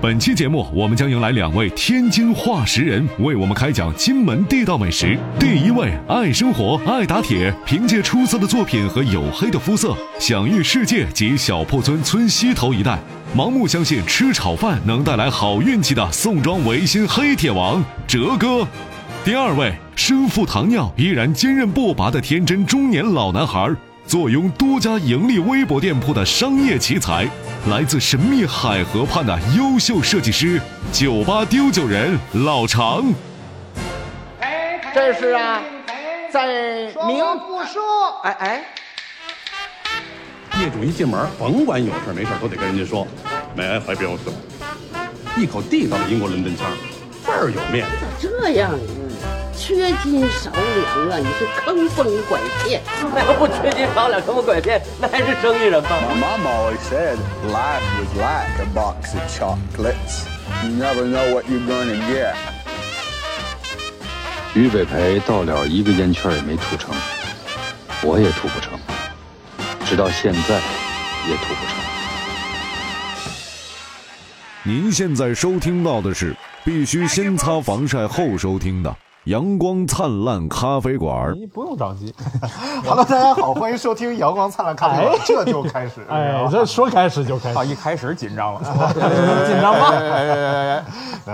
本期节目，我们将迎来两位天津话石人，为我们开讲金门地道美食。第一位爱生活、爱打铁，凭借出色的作品和黝黑的肤色，享誉世界及小破村村西头一带，盲目相信吃炒饭能带来好运气的宋庄维新黑铁王哲哥。第二位身负糖尿依然坚韧不拔的天真中年老男孩，坐拥多家盈利微博店铺的商业奇才，来自神秘海河畔的优秀设计师，酒吧丢酒人老常。这是啊，哎在明说不说，哎哎，业主一进门，甭管有事没事都得跟人家说，May I help you？一口地道的英国伦敦腔，倍儿有面子。这样啊，缺斤少两啊，你是坑蒙拐骗。那要不缺斤少两，坑蒙拐骗，那还是生意人吗？ My mom always said life was like a box of chocolates. You never know what you're gonna get. 于北培到了一个烟圈也没吐成，我也吐不成，直到现在也吐不成。您现在收听到的是必须先擦防晒后收听的《阳光灿烂咖啡馆》。你不用着急， Hello，大家 好，欢迎收听《阳光灿烂咖啡馆》，这就开始，哎，这说开始就开啊，始，一开始紧张了，紧张 哎吗？哎哎 哎哎！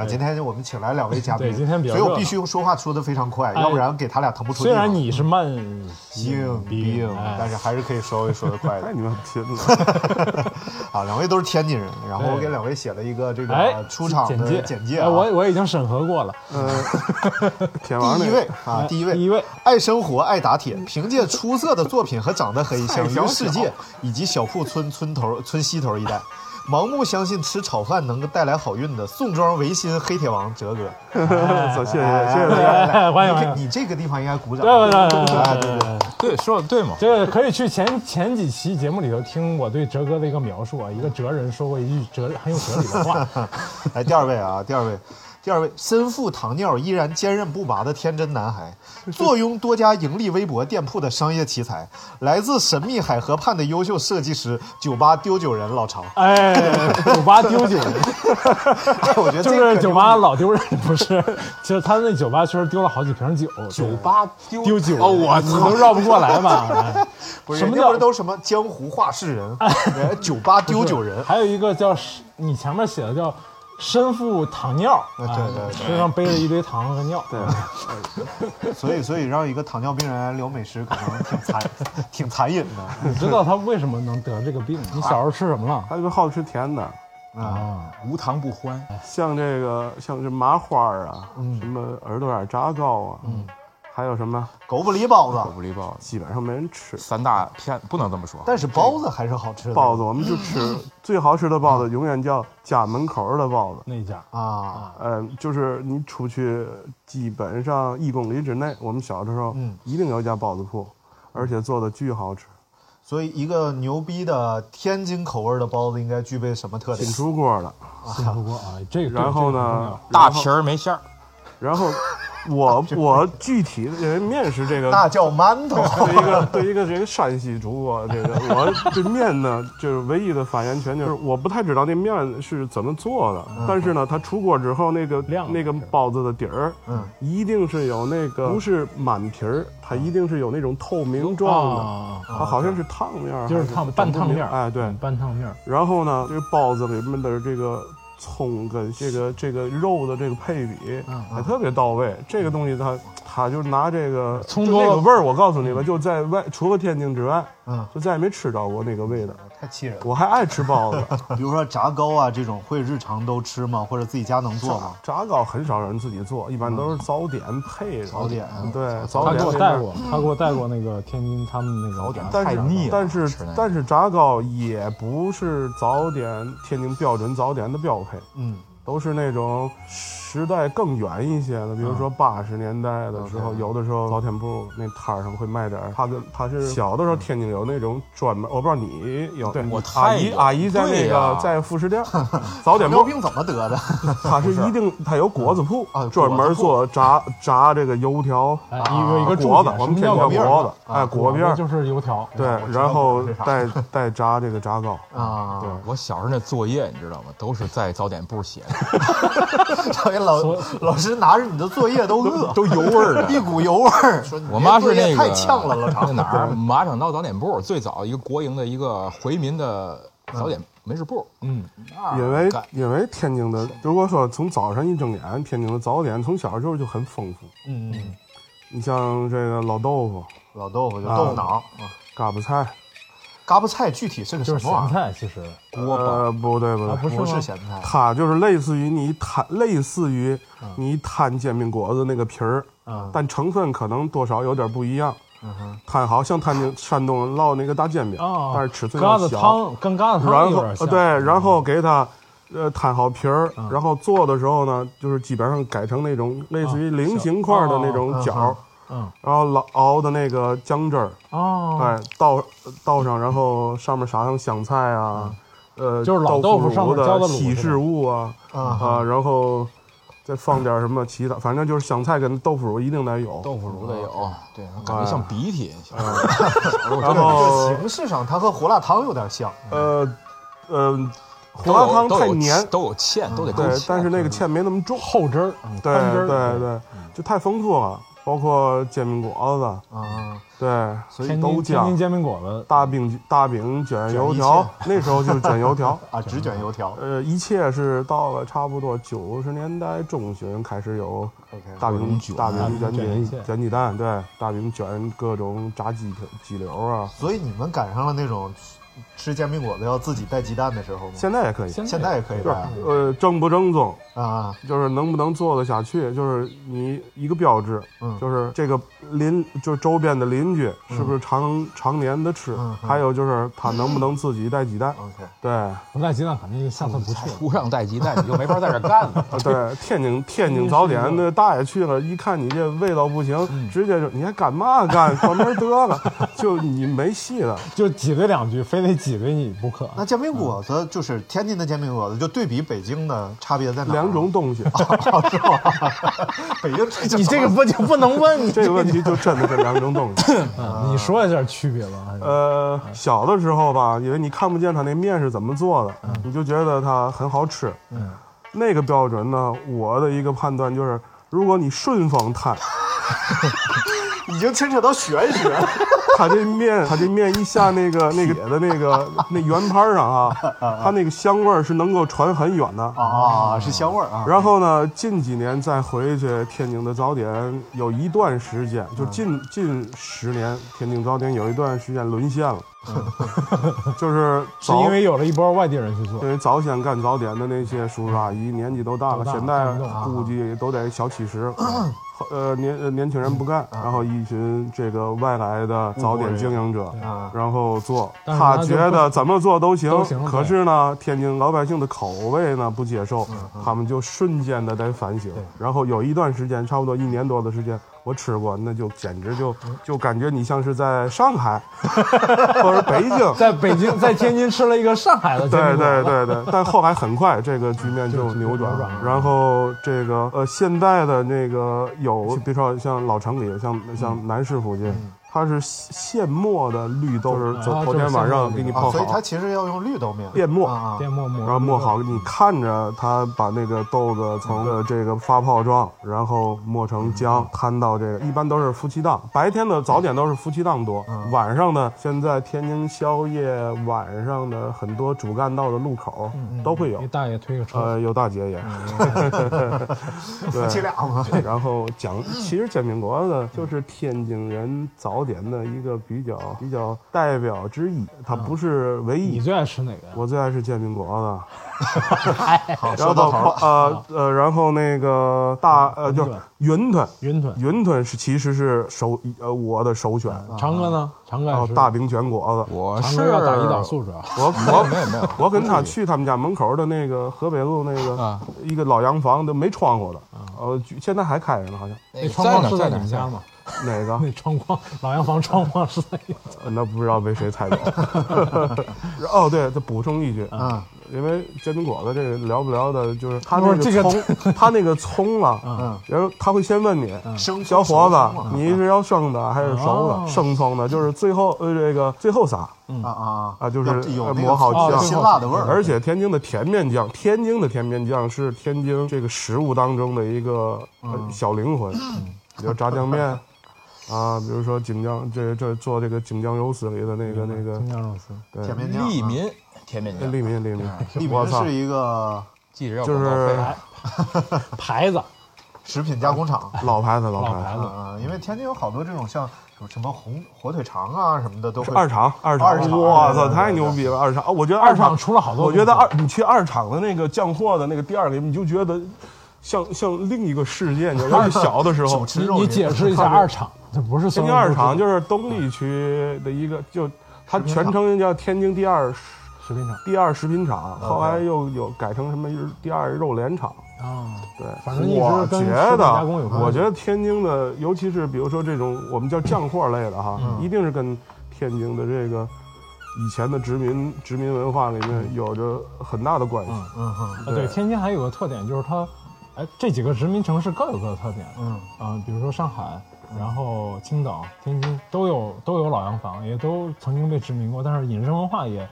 啊，今天我们请来两位嘉宾，对今天比较所以我热哎必须说话说的非常快，要不然给他俩腾不出地虽方。然你是慢哎硬病病，，但是还是可以稍微说的快一 哎点。你们拼了！ 啊，两位都是天津人，然后我给两位写了一个这哎个，啊出场简的介简介哎啊。我我已经审核 过了，天第一位啊哎，第一位，第一位，爱生活，爱打铁，凭借出色的作品和长得黑，享誉世界以及小铺村村头、村西头一带，盲目相信吃炒饭能够带来好运的宋庄维新黑铁王 哲哥，哎走，谢谢谢来来来来欢迎哎你欢这你这个地方应该鼓掌，对对对哎对对对，对对，对，说的对嘛。这个可以去前前几期节目里头听我对哲哥的一个描述啊，一个哲人说过一句哲很有哲理的话， 来第二位啊，第二位。第二位，身负糖尿依然坚韧不拔的天真男孩，坐拥多家盈利微博店铺的商业奇才，来自神秘海河畔的优秀设计师，酒吧丢酒人老常。哎，酒吧丢酒人，哎我觉得就这个是酒吧老丢人，不是？其实他那酒吧确实丢了好几瓶酒，酒吧丢丢酒人，哦我你都绕不过来 哎吧？不是什么人家不是叫都什么江湖话事人，哎酒吧丢酒人，还有一个叫是你前面写的叫身负糖尿，对啊对对身上背着一堆糖和尿，对，所以所以让一个糖尿病人来聊美食，可能挺残 挺残忍的你知道他为什么能得这个病啊吗？你小时候吃什么了？他就好吃甜的，啊。无糖不欢，嗯像这个像这麻花啊，什么耳朵眼炸糕啊，还有什么，狗不理包狗子，不理包子，基本上没人吃。三大片不能这么说。但是包子还是好吃的。包子我们就吃最好吃的包子，永远叫家门口的包子。那家啊，嗯，就是你出去基本上一公里之内，我们小的时候，嗯一定有一家包子铺，而且做的巨好吃，所以一个牛逼的天津口味的包子应该具备什么特点挺？出锅的。信不过啊，这个然后呢，，大皮儿没馅儿，然后我我具体的因为面是这个那叫馒 头。对一个对一个这个山西主播，这个我对面呢就是唯一的发言权就是我不太知道那面是怎么做的，但是呢，它出锅之后那个嗯亮那个包子的底儿，嗯，一定是有那嗯个不是满皮儿，它一定是有那种透明状的，啊，它好像是烫面儿还，就是烫半烫面儿嗯哎对，半烫面儿，然后呢，这个包子里面的这个葱跟这个这个肉的这个配比，嗯还特别到位。这个东西它它就拿这个葱就多那了嗯个味儿，我告诉你吧，就在外除了天津之外，嗯就再也没吃到过那个味道。太气人了！我还爱吃包子， 比如说炸糕啊这种，会日常都吃吗？或者自己家能做吗？炸糕很少有人自己做，一般都嗯是早点配着。早点嗯对，他早点给我配带着过，他给我带过那个天津他们那个早但太是腻了但是吃那个但是炸糕也不是早点天津标准早点的标配，嗯，都是那种十时代更远一些的，比如说八十年代的时候， OK 有的时候早点铺那摊儿上会卖点儿，他跟他是小的时候天津有那种专门，我不知道你有，对我阿太姨有阿姨在那对个呀在副食店儿早点尿铺，病怎么得的？他是一定他有果子铺啊果子铺专门做炸炸这个油条。啊哎，一个一个注果子解，我什么们天叫天果篦儿果呢子哎啊果篦篦儿儿就是油条，对我，知道然后这啥再再炸这个炸糕， 啊，我小时候那作业你知道吗？都是在早点部写的，导演老老师拿着你的作业都饿，都油味儿的 一股油味儿。说你我妈这作是业那个太呛了，老那常。哪儿马场道早点部最早一个国营的一个回民的早点门市部，嗯，那因为干因为天津的，如果说从早上一睁眼，天津的早点从小时候就很丰富。嗯，嗯你像这个老豆腐、老豆腐就豆腐脑儿，啊嘎巴菜，嘎巴菜具体是个什就是么咸玩意儿？菜，其实锅巴呃，不对不对，啊不是不吗是咸菜，它就是类似于你摊，类似于你摊煎饼果子那个皮儿，嗯但成分可能多少有点不一样。嗯哼，摊好像摊津山东人烙那个大煎饼，啊，但是尺寸疙要瘩小。汤跟疙瘩然汤有后点呃像，嗯对，然后给它呃摊好皮儿，然后做的时候呢，就是基本上改成那种类似于菱形块的那种角儿，嗯，然后老熬的那个姜汁儿，哦，哎，倒倒上，然后上面撒上香菜啊，呃，嗯就是老豆豆腐上面乳浇的的卤起是吧士物啊啊啊，然后再放点什么其他，反正就是香菜跟豆腐乳一定得有。豆腐乳的有，对，感觉像鼻涕，小时候然这后个形式上它和胡辣汤有点像。呃呃，胡都辣有汤都太有黏，嗯都有芡，都得嗯勾对，芡。但是那个芡没那么重，厚汁儿，嗯对汤汁儿对对，就太丰富了，包括煎饼果啊，子，对，所以天都津豆天浆津煎饼果子，大饼大饼卷油一条切，那时候就是卷油条。啊，只卷油条。呃，一切是到了差不多九十年代中旬开始有 OK，大饼卷大饼大饼卷卷一鸡切卷鸡蛋，对，大饼卷各种炸鸡腿鸡柳啊，所以你们赶上了那种吃煎饼果子要自己带鸡蛋的时候吗？现在也可以。现在也可以就是带啊呃正不正宗，啊，就是能不能做得下去，就是你一个标志，嗯就是这个邻就是周边的邻居是不是常、常年的吃，嗯嗯还有就是他能不能自己带鸡蛋， ，OK，对。啊不带鸡蛋肯定就下饭不去了。不让带鸡蛋，你就没法在这干了。啊，对，天津天津早点那大爷去了，一看你这味道不行，直接就你还干嘛干，关门得了，就你没戏了。就挤兑两句，非得挤兑你不可。那煎饼果子就是天津的煎饼果子，就对比北京的差别在哪儿？两种东西，哦，是吗？ 北京这你这个不就不能问你这个问题就真的是两种东西。嗯你说一下区别吧。还是呃，小的时候吧，因为你看不见它那面是怎么做的，你就觉得它很好吃。嗯那个标准呢，我的一个判断就是，如果你顺风 摊，已经牵扯到玄 学了。它这面，它这面一下那个那个铁的那个那圆盘上啊，它那个香味儿是能够传很远的。啊，是香味儿啊。然后呢，近几年再回去天津的早点，有一段时间，就近近十年，天津早点有一段时间沦陷了，就是是早因为有了一波外地人去做因，为早先干早点的那些叔叔阿姨年纪都大了，都大了现在干不动啊嗯估计都得小七十了。 呃，年呃年轻人不干，然后一群这个外来的早点经营者，啊，然后做，但是他他就觉得怎么做都行都行。可是呢，天津老百姓的口味呢不接受，嗯他们就瞬间的得反省。然后有一段时间，差不多一年多的时间，我吃过，那就简直就嗯就感觉你像是在上海 或者北京。在北京，在天 津吃了一个上海的煎对饼对果子，对对，但后来很快这个局面就扭转扭了转。了然后这个呃，现在的那个有，比如说像老城里，像像南市附近，它是现磨的绿豆，就是啊昨天晚上给你泡啊，所以好它，其实要用绿豆面变磨。啊边磨磨，然后磨好，你看着它把那个豆子从呃这个发泡状，然后磨成浆，摊到这个，一般都是夫妻档。白天的早点都是夫妻档多，晚上呢，现在天津宵夜晚上的很多主干道的路口都会有一，大爷推个车，呃，有大姐也， 夫妻俩嘛。然后讲，其实煎饼果子就是天津人早点的一个比较比较代表之一，它不是唯一。你最爱吃哪个？我最爱吃煎饼果子。好，然后啊呃呃，然后那个大呃就是云吞，云吞，嗯云吞是其实是首呃我的首选。啊长哥呢？长哥然后哦大饼卷果子，我是要打胰岛素是吧？我我没有没有，我跟他去他们家门口的那个河北路那啊个一个老洋房，都没窗户了，呃，现在还开着呢，好像。哎那窗框是在你们家吗？哪个？那窗框，老洋房窗框是在。那不知道被谁猜中。 哦，对，再补充一句啊，因为煎饼果子这个聊不聊的，就是他那个葱，他那个葱 啊，然后他会先问你，小伙子，你是要生的还是熟的？生葱的，就是最后呃这个最后撒。啊啊啊！就是有抹好酱，辛辣的味儿。而且天津的甜面酱，天津的甜面酱是天津这个食物当中的一个呃小灵魂，比如炸酱面。啊，比如说锦江，这这做这个锦江肉丝里的那个那个锦江肉丝，对，甜面酱，利民甜面酱，利民利民，利民是一个，记着要就是牌子，食品加工 厂，老牌子老牌子啊，因为天津有好多这种像什么红火腿肠啊什么的都会二厂二厂，哇塞，太牛逼了！二厂，哦我觉得二厂出了好多，我觉得二你去二厂的那个酱货的那个店里，你就觉得。像像另一个世界，你知道小的 时候，你解 释一下二厂，这不是天津二厂，就是东丽区的一个，就它全称叫天津第二食品厂，嗯第二食品厂，后来又有改成什么第二肉联厂啊？对，反正我觉加工有得，我觉得天津的，尤其是比如说这种我们叫酱货类的哈，嗯一定是跟天津的这个。以前的殖民殖民文化里面有着很大的关系。嗯哼，对，天津还有个特点就是它，哎，这几个殖民城市各有各的特点。嗯啊，比如说上海，然嗯后青岛、天津都有都有老洋房，也都曾经被殖民过，但是饮食文化也，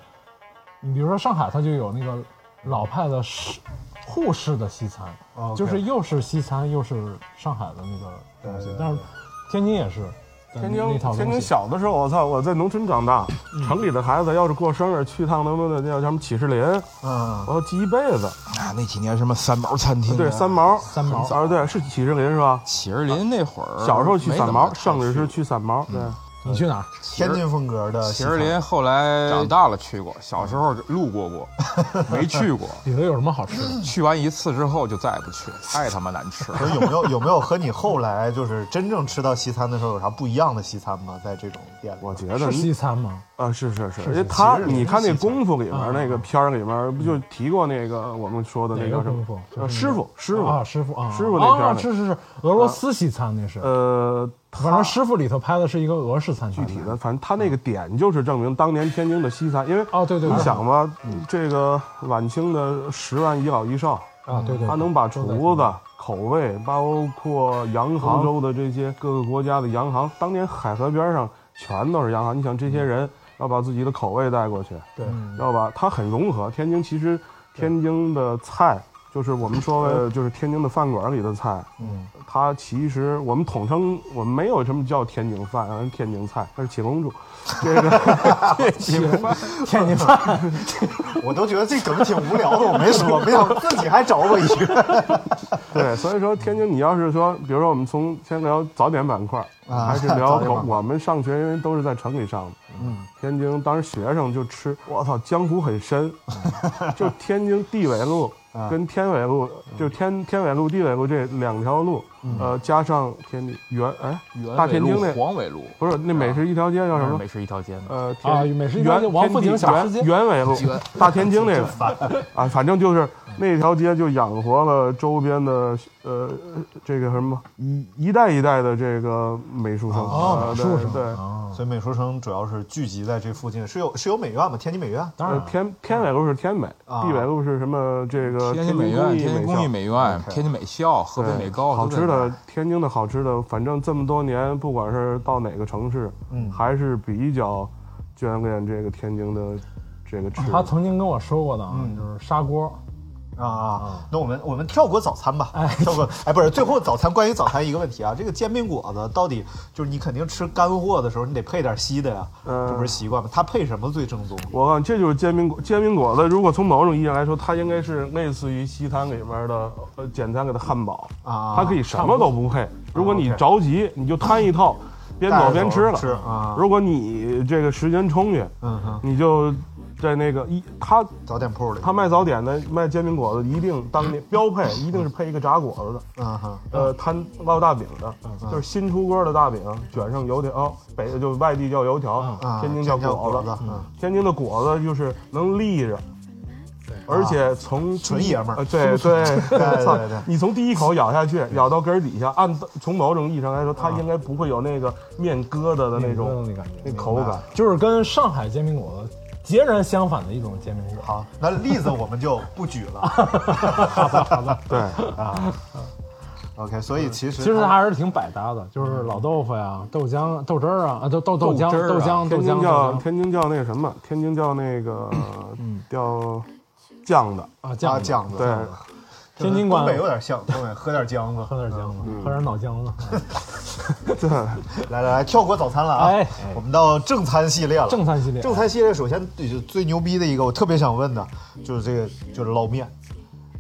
你比如说上海，它就有那个老派的式沪式的西餐，哦就是又是西餐又是上海的那个东西，但是天津也是。天津，天津小的时候，我操，我在农村长大，嗯城里的孩子要是过生日去趟他们的那叫什么启士林，嗯，我要记一辈子。啊，那几年什么三毛餐厅，啊对，三毛，嗯三毛，啊，对，是启士林是吧？启士林那会儿，小时候去三毛，生日是去三毛，嗯对。你去哪儿？天津风格的启士林，后来长大了去过，小时候路过过，没去 过。里头有什么好吃的？去完一次之后就再也不去，太他妈难吃了。 有没有有没有和你后来就是真正吃到西餐的时候有啥不一样的西餐吗？在这种店里，我觉得是西餐吗？啊，是是是，因为他你看那功夫里啊面那个片儿里面不就提过那个我们说的那个什么功夫？师傅，师傅啊，师傅啊，师傅那片儿啊，是是是，俄罗斯西餐那是。呃，反正师傅里头拍的是一个俄式餐具厅，体的，反正他那个点就是证明当年天津的西餐，因为哦对对对你想吧，这个晚清的十万一老一少啊，对对，他能把厨子口味，包括洋行、欧洲的这些各个国家的洋行，当年海河边上全都是洋行。你想这些人要把自己的口味带过去，嗯对，要把它很融合。天津其实天津的菜。就是我们说，呃，就是天津的饭馆里的菜，嗯，它其实我们统称，我们没有什么叫天津饭啊，天津菜，那是铁公主，这个天津饭，天津饭，我都觉得这梗挺无聊的，我没说，没想到自己还找我一个。 对，所以说天津，你要是说，比如说我们从先聊早点板块， 啊还是早聊点板块我们上学，因为都是在城里上的。嗯，天津当时学生就吃，我操，江湖 很深，就天津地纬路啊跟天纬路，嗯就天天纬路、地纬路这两条路，呃，加上天地原哎大天津那黄啊纬路，不是那美食一条街叫什嗯么美？食一条街呢。呃，天啊美食一条街原王府井天地小吃街原原纬路、大天津那个啊，反正就是那条街就养活了周边的呃这个什么一一代一代的这个美术生哦呃美对术生对， 所以美术生主要是聚集在这附近，是有是有美院吗？天津美院当呃然天天纬路是天美，啊地纬路是什么这个天津美院、天津工艺校美院、天津美校、河北对美高，好都在吃那儿的，天津的好吃的，反正这么多年，不管是到哪个城市，嗯，还是比较眷恋这个天津的这个吃的。他曾经跟我说过的啊，就是砂锅，啊啊，那我们我们跳过早餐吧哎，跳过哎，不是最后早餐，关于早餐一个问题啊，这个煎饼果子到底就是你肯定吃干货的时候，你得配点稀的呀，嗯这不是习惯吗？它配什么最正宗？我看这就是煎饼果煎饼果子。如果从某种意义上来说，它应该是类似于西餐里面的呃简单给的汉堡啊它可以什么都不配。如果你着急，你就摊一套边走边吃带着走吃啊了。如果你这个时间充裕，嗯哼，你就在那个一他早点铺里，他卖早点的卖煎饼果子，一定当年标配一定是配一个炸果子的。嗯哼，呃，摊烙大饼的，就是新出锅的大饼，卷上油条，北就外地叫油条，啊天津叫天津果叫果子嗯天津的果子就是能立着，而且从啊纯爷们儿呃 对对对对操对你从第一口咬下去，咬到根儿底下，按从某种意义上来说，它啊应该不会有那个面疙瘩的那种那感觉，那口感。就是跟上海煎饼果子截然相反的一种煎饼果。好，那例子我们就不举了。 好的 好的，嗯对啊，OK，所以其实其实它还是挺百搭的，就是老豆腐呀、豆浆、豆汁儿啊，啊豆豆豆浆、汁儿啊豆浆、豆天津浆、豆叫浆天津叫那个什么？天津叫那个嗯叫酱的，啊加酱子酱子，对，天东津馆北有点像，东北喝点浆子， 喝点浆子，喝点脑浆子，对， 来来来，跳过早餐了啊！哎我们到正餐系列了。 正餐系列正餐系列首先就是最牛逼的一个，我特别想问的，就是这个就是捞面，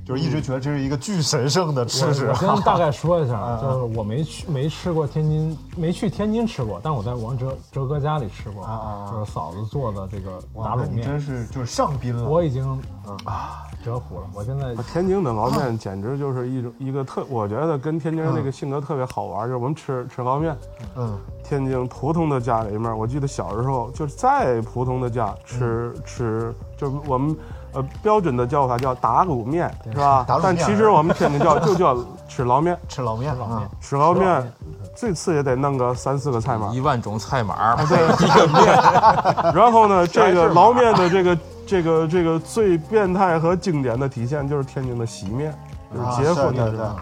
就是一直觉得这是一个巨神圣的吃食我。先大概说一下，啊嗯就是我没去没吃过天津，没去天津吃过，但我在王哲哲哥家里吃过，啊啊啊就是嫂子做的这个哇，打那卤你面真，是就是上宾了。我已经嗯啊折服了，我现在天津的捞面简直就是一种一个特，我觉得跟天津人那个性格特别好玩，就是我们吃吃捞面，嗯，天津普通的家里面，我记得小时候就是再普通的家吃、嗯吃，就是我们呃标准的叫法叫打卤面是吧打？卤面但其实我们天津叫就叫吃捞面，吃捞面啊，吃捞吃捞面面最次也得弄个三四个菜码啊一，万种菜码儿配 一个面，嗯然后呢，这还个是捞面的这个这个这个最变态和经典的体现就是天津的席面，就是啊杰夫是那对时对候，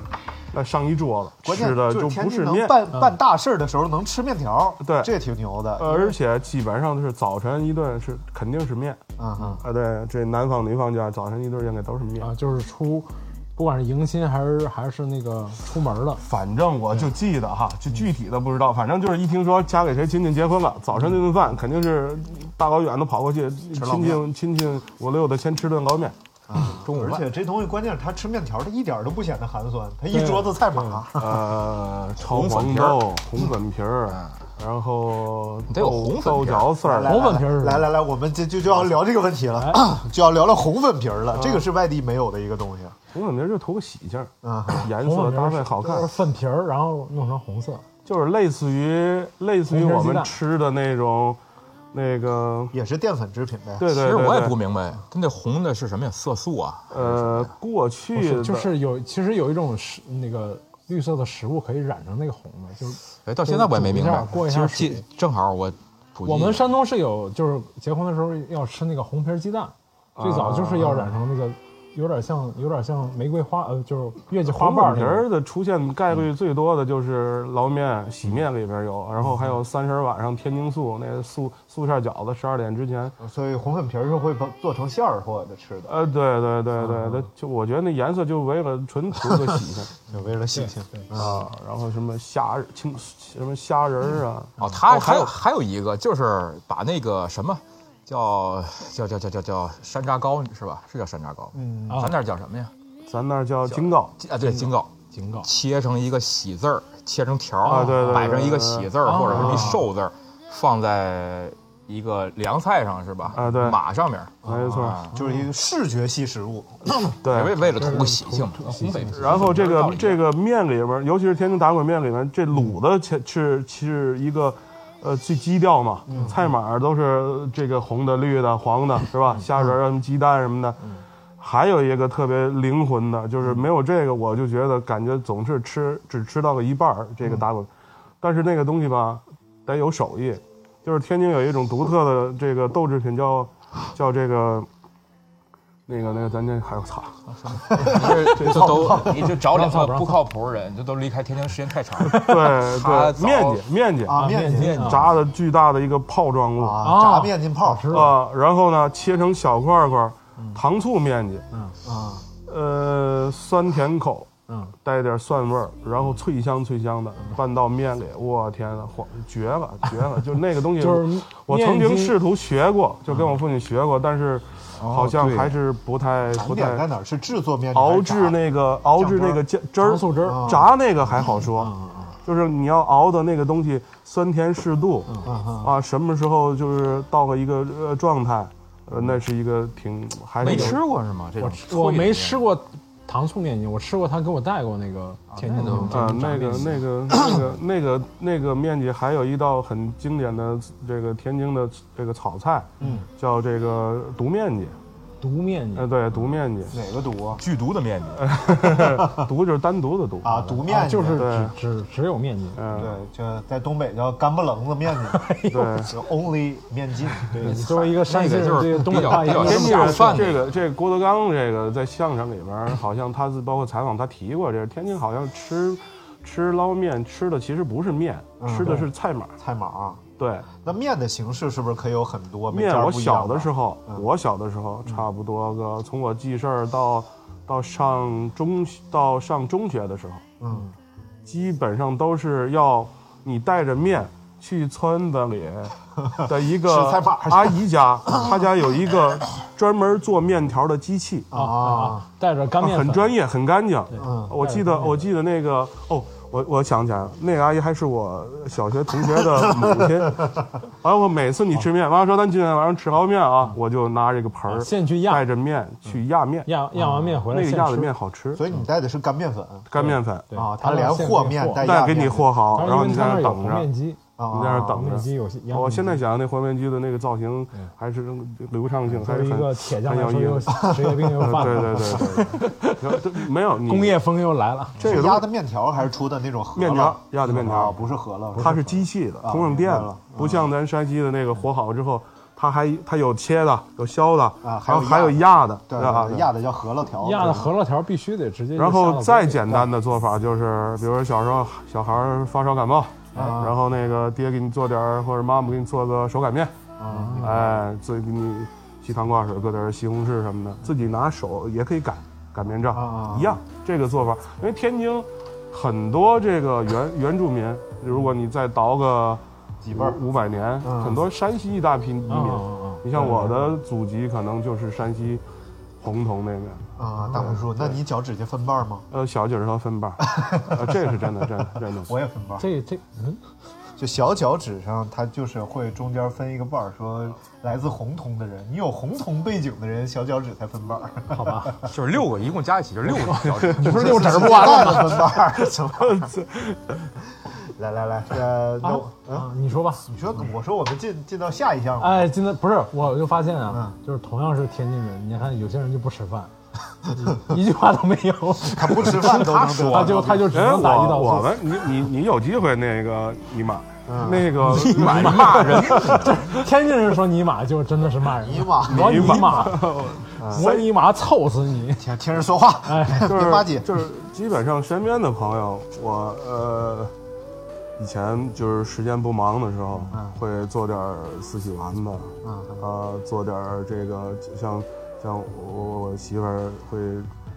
那上一桌子关键吃的就是就天不津是能嗯面，办办大事儿的时候能吃面条，对这也挺牛的。呃而且基本上是早晨一顿是肯定是面嗯嗯，啊，对，这南方女方家早晨一顿应该都是面。啊就是出，不管是迎新还是还是那个出门的，反正我就记得哈，就具体的不知道，反正就是一听说家给谁亲戚结婚了，早晨那顿饭肯定是大老远的跑过去，捞亲面戚亲戚五六的先吃顿捞面，中午而饭。且这东西关键是他吃面条，他一点都不显得寒酸，他一桌子菜码。呃，炒红粉黄皮儿豆、红粉皮儿，然后得有豆红粉皮儿豆角丝儿，来红粉皮儿是吧哎来来来，我们就就就要聊这个问题了， 就要聊聊红粉皮嗯儿了。这个是外地没有的一个东西。红粉皮儿就图个喜庆儿，嗯，颜红粉色皮搭儿配好看就是，粉皮儿，然后弄成红色，就是类似于类似于红心我鸡们蛋吃的那种那个，也是淀粉制品呗。对其对实对，我也对不明白，它那红的是什么呀？色素啊？呃，过不去是的就是有其实有一种食那个绿色的食物可以染成那个红的，就是哎，到现在我也没明白。过一其下实水记正好我普及我们山东是有，就是结婚的时候要吃那个红皮儿鸡蛋，最早啊就是要染成那个，有点像有点像玫瑰花，呃，就是月季花红瓣粉儿皮那儿个。的出现概率最多的就是捞面、洗面里边有，然后还有三十儿晚上天津素那素素馅饺子，十二点之前所以红粉皮儿是会把做成馅儿或者吃的，呃，对对对对啊对，就我觉得那颜色就为了纯图个喜 庆就为了喜庆。啊，然后什么虾仁青什么虾仁儿啊，哦，它哦还还有有还有一个就是把那个什么叫叫叫叫叫叫山楂糕是吧？是叫山楂糕？嗯，咱那儿叫什么呀？咱那儿叫京糕，啊，对，金糕。警告，切成一个喜字儿，切成条儿，啊对对对摆成一个喜字儿、对或者是一寿字儿，放在一个凉菜上是吧？啊对马上面儿，没错，啊嗯就是一个视觉系食物，为对。为了图个喜庆嘛，烘焙。然后这道个理 这个面里边儿，尤其是天津打滚面里面，这卤的其是是一个，呃，最基调嘛，菜码儿都是这个红的、绿的、黄的，是吧？虾仁儿啊、什么鸡蛋什么的。还有一个特别灵魂的，就是没有这个，我就觉得感觉总是吃只吃到了一半儿这个打滚，但是那个东西吧，得有手艺。就是天津有一种独特的这个豆制品叫，叫这个，那个那个，咱这还有操，这这都你就找两不靠个谱不靠谱的人，这都离开天津时间太长了。对 他对，早面筋面筋啊，面面筋筋啊炸的巨大的一个泡状物啊啊，炸啊面筋泡吃然后呢切成小块儿块儿，糖醋面筋，啊，呃，酸甜口，嗯，带点蒜味儿，然后脆香脆香的拌到面里，我天呐，黄绝了绝了！就那个东西，就是我面曾经筋试图学过，就跟我父亲学过，但是好像还是不太啊难不点在太哪儿？是制作面筋还熬是炸制那个熬制那个酱汁儿啊糖醋汁儿炸那个还好说，就是你要熬的那个东西酸甜适度，嗯啊，什么时候就是到了一个呃状态，呃，那是一个挺还是啊没有吃过是吗我吃我没吃过糖醋面筋，我吃过他给我带过那个天津的啊，那个那个那个那个那个面积，还有一道很经典的这个天津的这个炒菜，嗯，叫这个毒面筋。毒面筋，啊呃，对，毒面 筋。哪个毒啊？剧毒的面筋。毒就是单独的毒啊毒面筋就是对只只有面筋。嗯，对，就在东北叫干巴棱子面筋，对是，only 面筋。对，你作为一个山西人那个就是这个东北比较大爷比较天津下人饭的啊这个这个郭德纲这个在相声里边儿，好像他是包括采访他提过，这个天津好像吃吃捞面吃的其实不是面，嗯吃的是菜码。菜码。对，那面的形式是不是可以有很多？每面家我不一样小的时候，嗯我小的时候差不多个从我记事儿到到上中到上中学的时候，嗯，基本上都是要你带着面去村子里的一吃个菜码阿姨家，她家有一个专门做面条的机器啊，带着干面粉很专业，很干净。嗯我记得我记得那个哦，我我想起来了，那个阿姨还是我小学同学的母亲。 完了，我每次你吃面，完了说咱今天晚上吃好面啊，我就拿这个盆儿现嗯去压，带着面去压面，压压完面回来那个现压的吃面好吃。所以你带的是干面粉，干面粉对啊，他连和面哦啊带再压给你和好，当时然后你因为他那儿有在那儿等红着，面机你在那儿等面机有些着。我哦现在想想那和面机的那个造型还是流畅性还是作为一个很铁匠很来有说意又思。 职业病又犯对了对对对 对，没有你工业风又来了。这个是东压西的面条还是出的那种饸饹面条压的面条啊不是饸饹，它是机器的，通上电明白了，了啊不像咱山西的那个和好之后，它还它有切的，有削的，啊，然后还有有压的，对吧对，对压的叫饸饹条，压的饸饹条必须得直接就下然到锅里，后再简单的做法就是，比如说小时候小孩儿发烧感冒，嗯啊然后那个爹给你做点儿，或者妈妈给你做个手擀面，啊，哎，自己给你稀汤挂水，搁点儿西红柿什么的，自己拿手也可以擀擀面杖，啊一样这个做法。因为天津很多这个原原住民，如果你再倒个几辈儿五百年，嗯很多山西一大批移民。嗯嗯嗯你像我的祖籍可能就是山西洪洞那边。嗯啊，大红叔，那你脚趾甲分瓣吗？呃，小脚趾头分瓣儿，呃，这是真的，真的真的。 我也分瓣，这这嗯，就小脚趾上，它就是会中间分一个瓣儿，说来自红铜的人，你有红铜背景的人，小脚趾才分瓣儿，好吧，就是六个，一共加一起就是六个小指。你 不是六指 儿不完了吗？了分瓣 儿，什么？来来来，呃，那我嗯，啊，你说吧。你说，我说我们进进到下一项吧，哎，今天不是，我就发现啊，就是同样是天津人，你看有些人就不吃饭，一一句话都没有，他不吃饭都能说他就他就只哎，能打一道我我菜。们你你你有机会那个尼玛，嗯 那个骂骂人，天津人说尼玛就真的是骂人，尼玛我尼玛， 我尼玛臭死你！听听人说话， 哎，就是别巴结，就是基本上身边的朋友，我呃以前就是时间不忙的时候，嗯会做点儿四喜丸子，呃，做点儿这个像像我我媳妇儿会。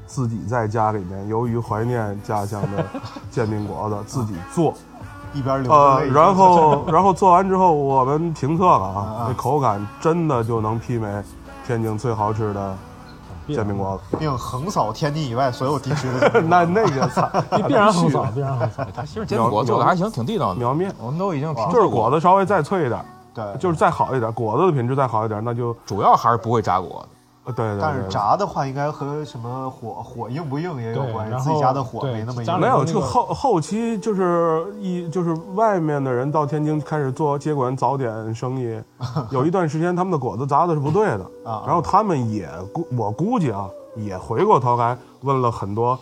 自己在家里面，由于怀念家乡 的煎饼果子，自己做，嗯一边流着呃，泪，然后然后做完之后，我们评测了嗯啊，这口感真的就能媲美天津最好吃啊的煎饼果 子。并横扫天津以外所有地区 的 那那个菜 你必然横扫，必然横扫。他其实煎饼果子做的还行，挺地道的。苗面，我们都已经就是果子，子稍微再脆一点，对，就是再好一点，果子的品质再好一点，那就主要还是不会炸果子。呃对对对。但是对炸的话，应该和什么火火硬不硬也有对关然系，后自己家的火对没那么家硬里没有，那就个后后期就是一就是外面的人到天津开始做接管早点 生意，有一段时间他们的果子炸的是不对的啊然后他们也估我估计啊，也回过头来问了很多，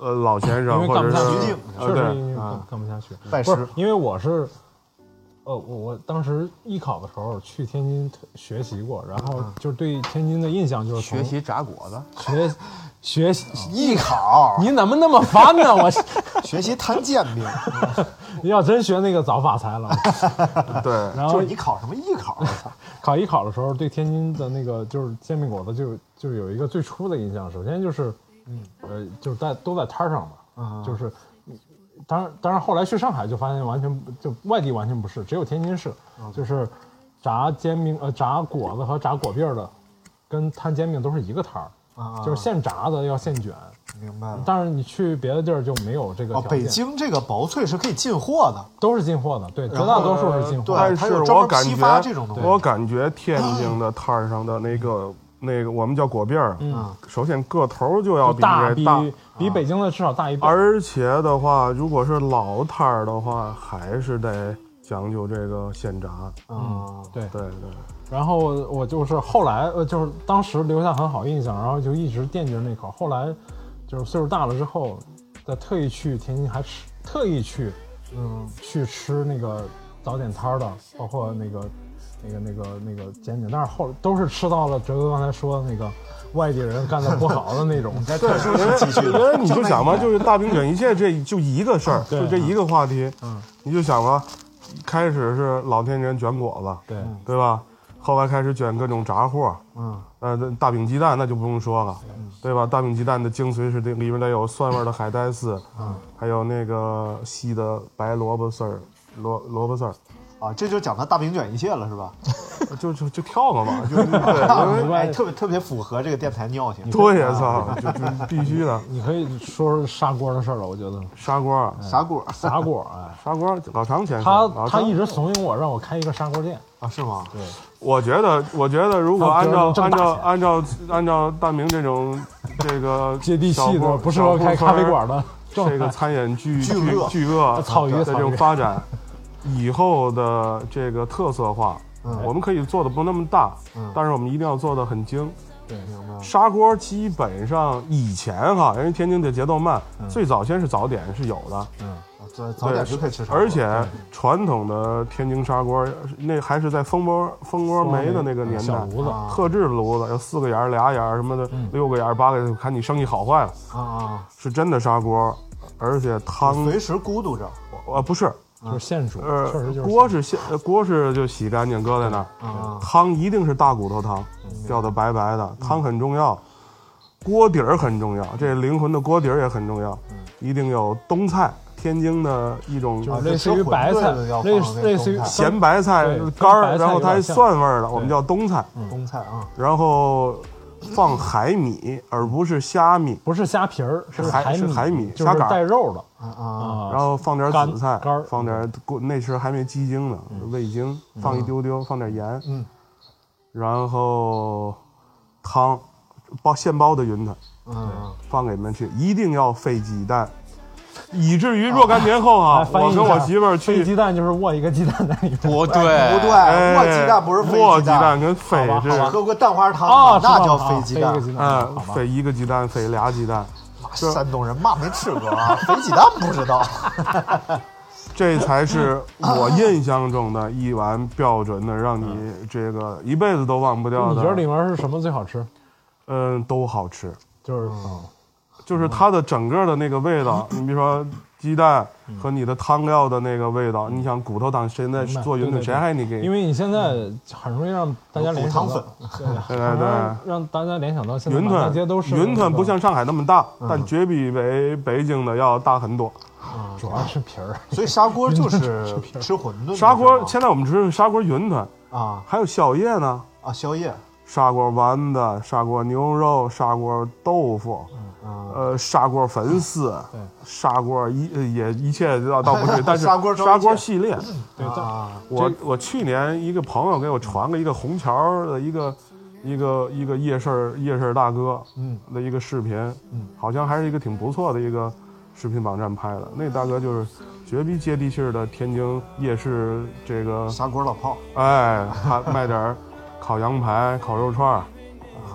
呃老先因生为或干者不下是去，呃确实对因为干啊干不下去。拜不是师，因为我是，呃，我我当时艺考的时候去天津特学习过，然后就对天津的印象就是从学习炸果子，学学习。艺考你怎么那么烦呢？我是学习摊煎 饼，要真学那个早发财了。 对，然就后是你考什么艺考？我啊操 考艺考的时候，对天津的那个就是煎饼果子就就有一个最初的印象。首先就是，嗯，呃，就是在都在摊儿上嘛，啊就是，当然当然后来去上海就发现完全不就外地完全不是，只有天津市，哦就是炸煎饼呃炸果子和炸果篦儿的，跟摊煎饼都是一个摊儿。啊就是现炸的要现卷。明白了。但是你去别的地儿就没有这个条哦，件。北京这个薄脆是可以进货的，都是进货的，对，绝大多数是进货的。呃但它是有专我门感批觉发这种东西我感觉天津的摊儿上的那个那个我们叫果篦儿，嗯，首先个头儿就要比大这比大，啊比北京的至少大一倍。而且的话，如果是老摊儿的话，还是得讲究这个现炸。嗯，对对对，然后我就是后来呃，就是当时留下很好印象，然后就一直惦记着那口。后来就是岁数大了之后，再特意去天津，还吃特意去，嗯，去吃那个早点摊儿的，包括那个那个那个那个煎饼，但是后都是吃到了哲哥刚才说的那个外地人干的不好的 那种。对， 因为因为你就想吧，就是大饼卷一切，这就一个事儿，对就这一个话题，嗯，你就想吧，开始是老天人卷果子，对对吧？后来开始卷各种杂货，嗯，呃，大饼鸡蛋那就不用说了，对吧？大饼鸡蛋的精髓是这里边得有蒜味的海带丝，嗯，还有那个细的白萝卜丝儿，萝萝卜丝儿，啊，这就讲到大饼卷一切了，是吧？就就就跳了嘛，就对，因哎，为特别特别符合这个电台尿性。对呀，操，就就必须的。你可以说说砂锅的事儿了，我觉 得砂锅，砂锅，砂锅，哎，砂锅，老常先生，他老他常一直怂恿我让我开一个砂锅店，啊，是吗？对，我觉得，我觉得如果他按不照要挣按大照钱按照按照大明这种这个接地小气锅的，不适合开咖啡馆的小状态。 锅这个餐饮巨巨巨鳄巨鳄草鱼的草这种鱼发展，以后的这个特色化，我们可以做的不那么大，但是我们一定要做的很精。对，明白。砂锅基本上以前哈，因为天津的节奏慢，最早先是早点是有的，啊早早点就可以吃砂锅，而且传统的天津砂锅，那还是在蜂窝蜂窝煤的那个年代，嗯小炉子啊特制的炉子，有四个眼儿、俩眼儿什么的，六个眼儿、八个眼儿，看你生意好坏了，啊啊，是真的砂锅，而且汤随时咕嘟啊着呃不是，就是现煮，确呃实就是锅是现呃锅是就洗干净搁在那儿，啊，汤一定是大骨头汤，嗯掉的白白的，汤很重要，锅底儿很重要，这灵魂的锅底儿也很重要，一定有冬菜，天津的一种嗯就是类似于白菜，类似类似于咸白菜对跟白干儿，菜然后它还有点像嗯蒜味儿的，我们叫冬菜，冬菜啊，然后放海米，而不是虾米，不是虾皮儿，是海米，是海米就虾是杆儿带肉的啊啊，啊。然后放点干紫菜干儿，嗯放点过那时候还没鸡精呢，味精，放一丢丢，放点盐，嗯，然后汤，包现包的云吞嗯，放给你们去，一定要费鸡蛋。以至于若干年后啊来，翻译我一跟下我媳妇儿飞去鸡蛋就是握一个鸡蛋在 里面。不对，不对，啊哎卧鸡蛋不是飞卧鸡鸡蛋，跟飞好吧是好吧喝过蛋花汤啊，吗知道那了叫啊飞鸡蛋飞。鸡蛋，嗯好，吧飞一个鸡蛋，飞俩鸡蛋，是山东人嘛没吃过啊， 飞鸡蛋不知道。 这才是我印象中的一碗标准的，让你这个一辈子都忘不掉你觉得里的。面是什么最好吃？嗯，都好吃，就是嗯就是嗯它的整个的那个 味道。你比如说鸡蛋和你的汤料的那个味道，你想骨头汤现在嗯明白做云对吞，对谁还你给？因为你现在嗯很容易让大家联想有到骨， 对很对对容易对。让大家联想到现在云满大吞街都是嗯云吞嗯那个不像上海那么大，但绝比北北京的要大很多。主要是皮儿， 所以砂锅就是吃馄饨的砂锅是现在我们吃的砂锅云吞，吗啊还有宵夜呢，啊宵夜砂锅丸子、砂锅牛肉、砂锅豆腐，嗯呃，砂锅粉丝，砂锅一呃也一切倒倒不 至于，但是砂锅装一切砂锅系列。对，但啊我我去年一个朋友给我传了一个虹桥的一个一个一个夜市夜市大哥嗯的一个视频，好像还是一个挺不错的一个视频网站拍的。那大哥就是绝逼接地气儿的天津夜市这个砂锅老炮哎，还卖点儿 烤羊排、烤肉串儿，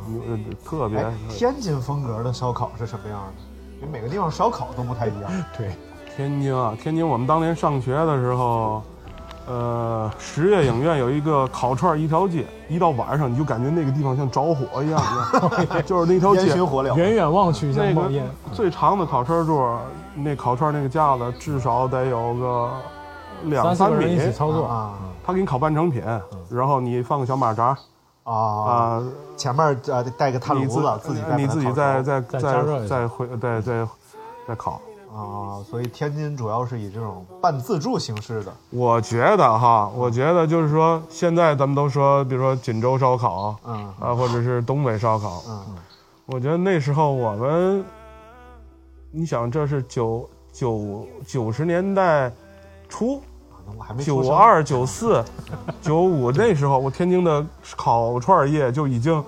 牛呃特别哎，天津风格的烧烤是什么样的？因为每个地方烧烤都不太一样。对，天津啊！天津，我们当年上学的时候，呃，十月影院有一个烤串儿一条街，一到晚上你就感觉那个地方像着火一样， 就是那条烟街熏火燎，远远望去像那冒个烟，最长的烤串桌，那烤串那个架子至少得有个两三四三个人米一起，嗯操作，啊他给你烤半成品，然后你放个小马扎啊！啊，前面呃带个炭你炉子，自己在你自己再再再加热再一下再回再再再烤。啊，所以天津主要是以这种半自助形式的我觉得哈，我觉得就是说，现在咱们都说，比如说锦州烧烤，嗯啊，或者是东北烧烤，嗯，我觉得那时候我们，你想这是九九九十年代初，啊九二九四九五那时候，我天津的烤串业就已经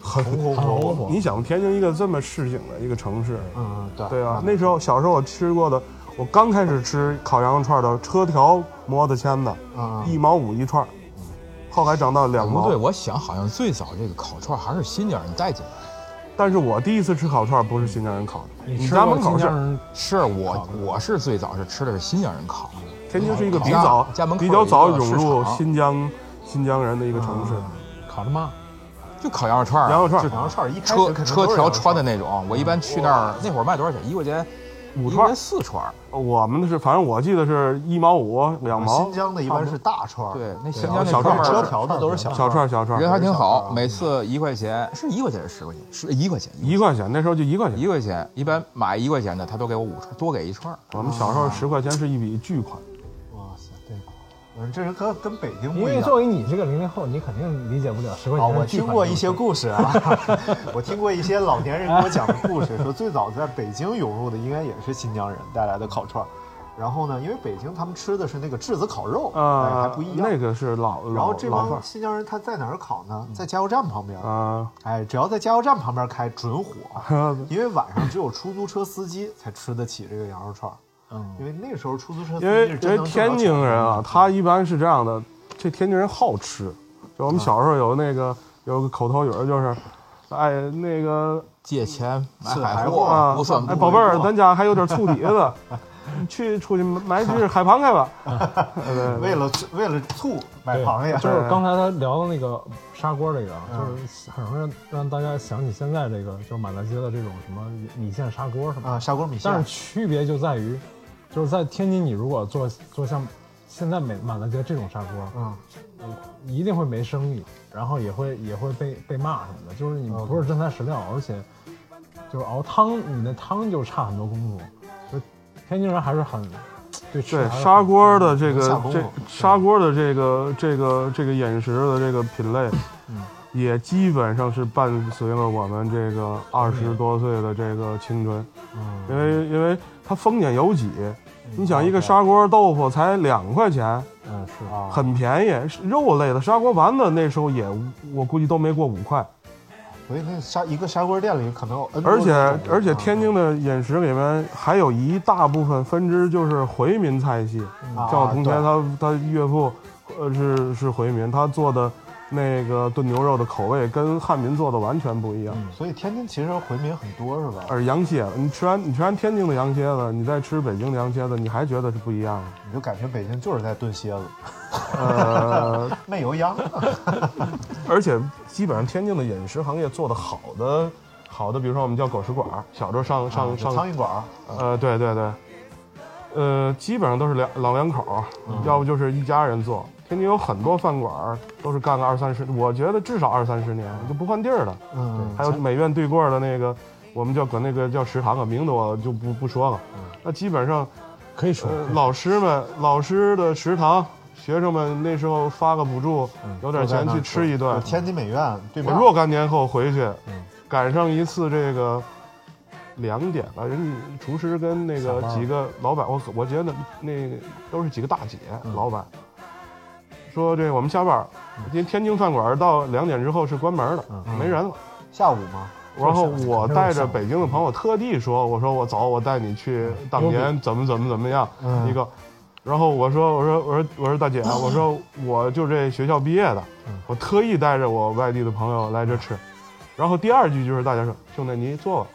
很红火火 你想天津一个这么市井的一个城市，嗯，对对啊，那时候小时候我吃过的，我刚开始吃烤羊肉串的车条磨的签子，啊一毛五一串儿，后来涨到两毛。不对，我想好像最早这个烤串还是新疆人带进来但是我第一次吃烤串不是新疆人烤的，的。你家门口是是我我是最早是吃的是新疆人烤的。天津是一个比家早家门口比较早有一个涌市入场啊新疆新疆人的一个城市。烤什么？就烤羊肉串儿啊，羊肉串就儿羊肉串儿一开始车肯定都车是条羊肉串穿儿的那种。啊我一般去那儿哇那会儿卖多少钱？一块钱，五一串块儿钱四串儿。我们的是，反正我记得是一毛五、两毛。啊新疆的一般是大串对，那对新疆那小串串儿儿车条的都是小小串儿小小串儿人还挺都是小好，每次一块钱，是一块钱还是十块钱？是一块钱，一块钱，那时候就一块钱，一块钱，一般买一块钱的，他都给我五串，多给一串儿。我们小啊时候十块钱是一笔巨款。哇塞，对，我说这是跟跟北京因不一为样。作为你这个零零后，你肯定理解不了十块啊，钱。我听过一些故事啊， 我听过一些老年人给我讲的故事，说最早在北京涌入的应该也是新疆人带来的烤串儿。然后呢，因为北京他们吃的是那个炙子烤肉，哎还呃不一，样。那个是老然老后这老范帮儿嗯新疆人他在哪儿烤呢？在加油站旁边。啊，哎，只要在加油站旁边开，准 火，因为晚上只有出租车司机才吃得起这个羊肉串儿。嗯，因为那时候出租车司机 因为是因真为能挣到天津钱的人啊，他一般是这样的，这天津人好吃。就我们小时候有那个有个口头语儿，就是，哎，那个借钱买是海海货啊不算不哎，宝贝儿，为过咱家还有点醋底子，你去出去买几只海螃蟹吧。为了为了醋买螃蟹，就是刚才他聊的那个砂锅这个啊，嗯就是很容易让大家想起现在这个，就是满大街的这种什么米线砂锅什么啊，砂锅米线但是区别就在于，就是在天津，你如果做做像现在满满大街这种砂锅，嗯，一定会没生意，然后也会也会被被骂什么的，就是你哦不是真材实料，而且就是熬汤，你那汤就差很多功夫。就天津人还是很对吃对还是很砂锅的这下个功夫这砂锅的这个这个这个饮食的这个品类，嗯也基本上是伴随了我们这个二十嗯多岁的这个青春，因为因为它丰俭由己。你想一个砂锅豆腐才两块钱，嗯是嗯啊很便宜。肉类的砂锅丸子那时候也，我估计都没过五块。所以那砂一个砂锅店里可能有 N 多而且种啊而且天津的饮食里面还有一大部分分支就是回民菜系，啊像我同学对他他岳父，呃是是回民，他做的那个炖牛肉的口味跟汉民做的完全不一样。嗯所以天津其实回民很多是吧？而羊蝎子，你吃完你吃完天津的羊蝎子，你再吃北京的羊蝎子，你还觉得是不一样的。 你就感觉北京就是在炖蝎子，呃，没有羊。而且基本上天津的饮食行业做的好的，好的，比如说我们叫狗食馆儿，小时候上啊就上上苍蝇馆儿，呃，对对对，呃，基本上都是两老两口儿，嗯要不就是一家人做。天津有很多饭馆儿都是干个二三十，我觉得至少二三十年就不换地儿的。嗯还有美院对过儿的那个，我们叫管那个叫食堂啊，名字我就不不说了。那基本上嗯可以说呃老师们老师的食堂，学生们那时候发个补助，嗯有点钱去吃一顿有。天津美院对我面若干年后回去，赶上一次这个两点了，人家厨师跟那个下班了几个老板，我我觉得那个都是几个大姐、老板，说这我们下班儿，因为天津饭馆到两点之后是关门的，没人了。下午吗？然后我带着北京的嗯朋友特地说，我说我走，我带你去当年怎么怎么怎么样嗯一个。然后我说我说我说我说大姐，啊我说嗯我就这学校毕业的，我特意带着我外地的朋友来嗯这吃。然后第二句就是大家说兄弟你坐吧。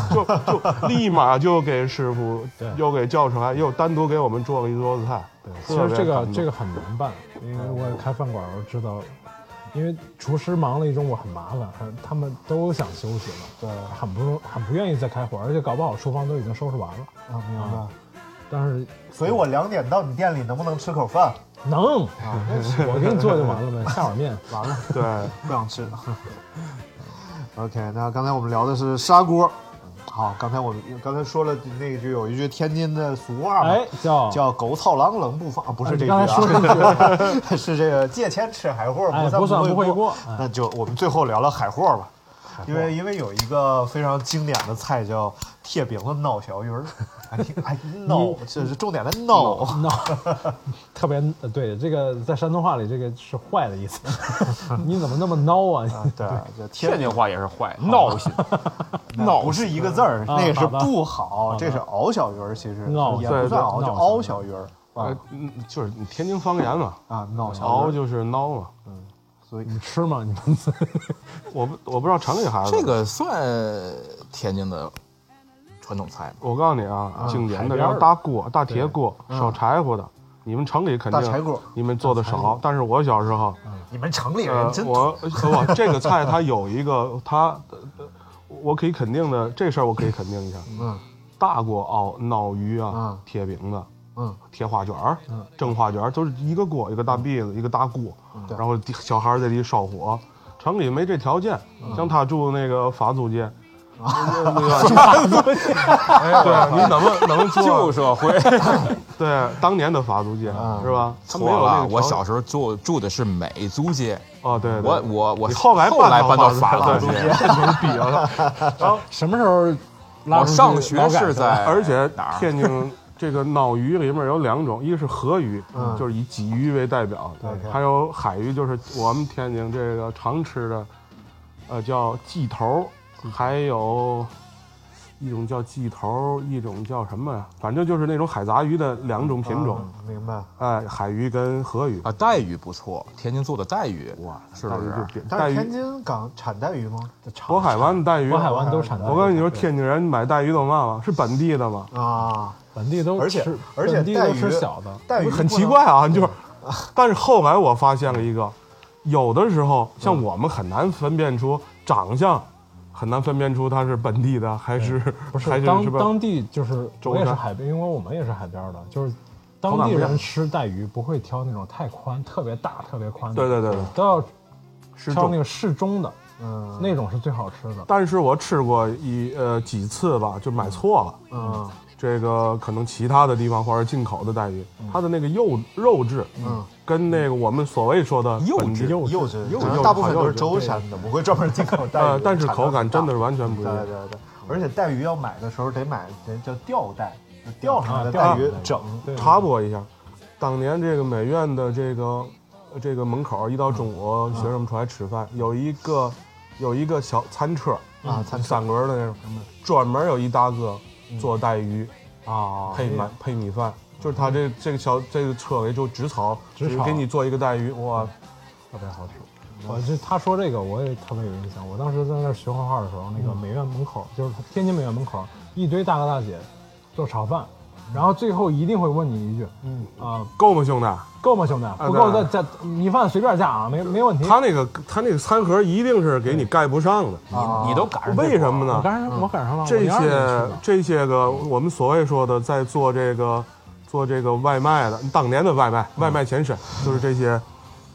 就就立马就给师傅，又给叫上来，又单独给我们做了一桌子菜。其特实别这感个动这个很难办，因为我开饭馆，我知道，因为厨师忙了一中午很麻烦，很他们都想休息了，对，很不容很不愿意再开火，而且搞不好厨房都已经收拾完了。啊，明白。但是所以我两点到你店里能不能吃口 饭？能，啊我给你做就完了呗，下碗 面完了。对，不想吃了。OK，那刚才我们聊的是砂锅。嗯好，刚才我们刚才说了那句有一句天津的俗话嘛，哎叫叫“狗操狼冷不防”，啊啊不是这句哎啊你刚才说的 那，是这个借钱吃海货，哎不不算不不会过啊过。那就我们最后聊聊海货吧。因为因为有一个非常经典的菜叫铁饼子脑小 鱼儿，哎哎脑，这是重点的脑脑，特别呃对这个在山东话里这个是坏的意思， 你怎么那么孬啊？ 对，这天津话也是坏，闹心，脑不是一个字儿，啊那个是好吧不好，吧这是熬小鱼儿，其实闹也对不对算熬，就闹熬小鱼儿呃啊，嗯就是你天津方言嘛，啊，闹小熬鱼儿，就是孬嘛。所以你吃吗？你们我不我不知道城里孩子这个算天津的传统 菜吗？我告诉你啊，景海年的，边然儿后搭锅、大铁锅、烧柴火的，你们城里肯大柴定锅你们做的少，但是我小时候，你们城里呃人，真我我这个菜它有一个它，呃我可以肯定的，这事儿我可以肯定一下，嗯大锅熬脑鱼啊嗯，铁饼子。嗯，嗯铁花卷儿、蒸花卷儿都是一个锅，一个大篦子，一个大锅，对然后地小孩儿在里烧火。城里没这条件，嗯像他住那个法 租界，那个哎对，你怎么能做旧社 会对当年的法租界嗯是吧？他没错有那了，个我条小时候住住的是美租界，哦，对，对我我我你后来后来搬到法法法租租界，界，牛逼了。什么时候拉我出去上学劳改是去了在而且哪儿？啊天津这个脑鱼里面有两种，一个是河鱼，就是以鲫鱼为代表，对还有海鱼，就是我们天津这个常吃的，呃，叫鲫头，还有一种叫鲫头，一种叫什么呀？反正就是那种海杂鱼的两种品种，嗯明白。哎，海鱼跟河鱼。啊，带鱼不错，天津做的带鱼，哇，是带不鱼是就？别但带是鱼天，津港产带鱼吗？渤海湾的带 鱼，渤海湾都产带鱼我告诉你说，天津人买带鱼都嘛嘛，是本地的嘛，啊，本地都而且吃而且本地带都鱼吃小的，带鱼很不奇能怪嗯啊，就是，但是后来我发现了一个，有的时候嗯像我们很难分辨出长相，很难分辨出他是本地的还是不是还是当是吧当地就是周我也是边海边，因为我们也是海边的，就是当口感地不一样人吃带鱼不会挑那种太宽、特别大、特别宽的，对对对对都要是挑那重。个适中的，嗯那种是最好吃的。但是我吃过一呃几次吧，就买错了。嗯这个可能其他的地方或者进口的带鱼，嗯它的那个肉肉质，嗯，跟那个我们所谓说的肉本地质肉幼稚，幼反稚正大部分好都幼是稚舟山的，不会专门进口带鱼。呃，但是口感真的是是。完全不一对样。对对，而且带鱼要买的时候得买得叫钓带，就钓上来的啊钓带上鱼来的整。对插播一下，当年这个美院的这个呃这个门口，一到中午学生们出来吃饭，有一个有一个小餐车啊餐车三轮的那种，专门有一大哥做带鱼啊，配米配米饭，就是他这这个小这个车里就只炒，只只炒给你做一个带鱼，哇，特别好吃。我这他说这个我也特别有印象，我当时在那儿学画画的时候，那个美院门口就是天津美院门口一堆大哥大姐做炒饭，然后最后一定会问你一句，嗯啊够吗，兄弟？够吗兄弟？不够对再再米饭随便加啊，没没问题。他那个他那个餐盒一定是给你盖不上的，啊你你都赶上这为什么我呢？赶上我赶上了，这哦我些12年去这些个我们所谓说的在做这个做这个外卖的，当年的外卖嗯外卖前身就是这些，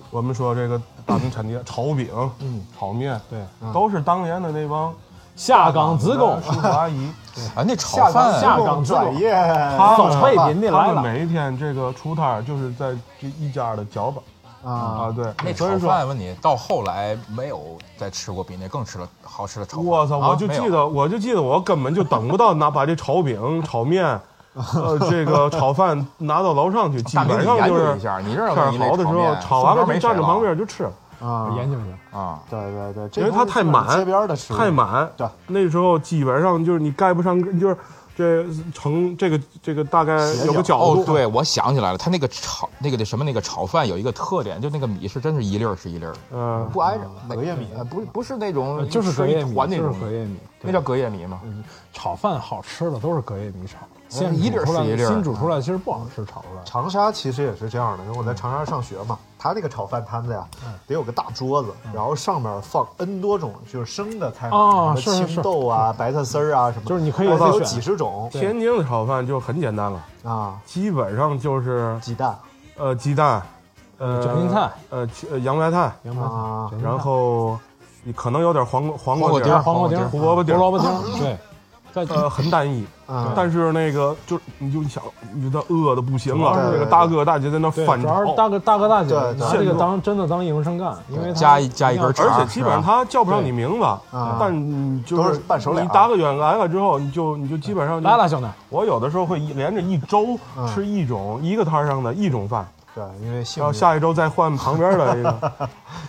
我们说这个大名产地炒饼、嗯炒面，对都是当年的那帮呃下岗子工叔叔 阿姨，啊，那炒饭下岗港转业，他早们退民的来他们了，每一天这个出摊儿就是在这一家的脚板啊，啊，对，那所炒以说。饭，问你到后来没有再吃过比那更吃了好吃的炒饭。我操！啊我就没有记得，我就记得，我根本就等不到拿把这炒饼、炒面，呃，这个炒饭拿到楼上去，基大哥，本你上研就究是一下，你这天儿儿你好的时候，炒完了就站着旁边就吃，啊我研究一下。啊，对对对，这因为它东西太是满街边的食物太。满。对，那时候基本上就是你盖不上，就是这成这个这个大概有个角哦度。，对，我想起来了，他那个炒那个那什么那个炒饭有一个特点，就那个米是真是一粒儿是一粒儿，嗯，不挨着隔夜米呃不不是那种呃就是隔夜一米，团那就是种隔夜米，那叫隔夜米吗？炒饭好吃的都是隔夜米炒，嗯现一粒煮儿出来是一粒儿新煮出来其实不好吃，炒出来。长沙其实也是这样的，因为我在长沙上学嘛，他那个炒饭摊子呀，得有个大桌子，然后上面放 N 多种就是生的菜哦嘛，什么是是青豆啊、白菜丝儿啊什么，就是你可以哎它自有选几十种天津的炒饭就很简单了，啊，基本上就是鸡蛋呃鸡蛋，呃卷心菜，呃去呃洋白菜，明白吗？啊，然后你可能有点黄瓜黄黄瓜瓜丁丁儿儿、黄瓜丁儿、胡萝卜丁儿胡萝卜丁儿，对，呃，很 单一嗯。但是那个就你就想，你就饿的不行了，这个大哥大姐在那对，反哦主要是炒，大哥大哥大姐对对拿这个当真的当营生干，因为他而啊且基本上他叫不上你名字，但你就都是伴手礼啊你搭个远来了之后，你就你就基本上就来了兄弟我有的时候会一连着一周嗯吃一种一个摊儿上的一种饭，嗯对，因为然后下一周再换旁边的 一个。